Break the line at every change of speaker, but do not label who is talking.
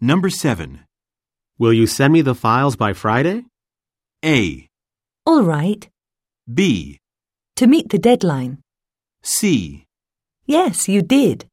Number 7.
Will you send me the files by Friday?
A,
All right.
B,
To meet the deadline.
C.
Yes, you did.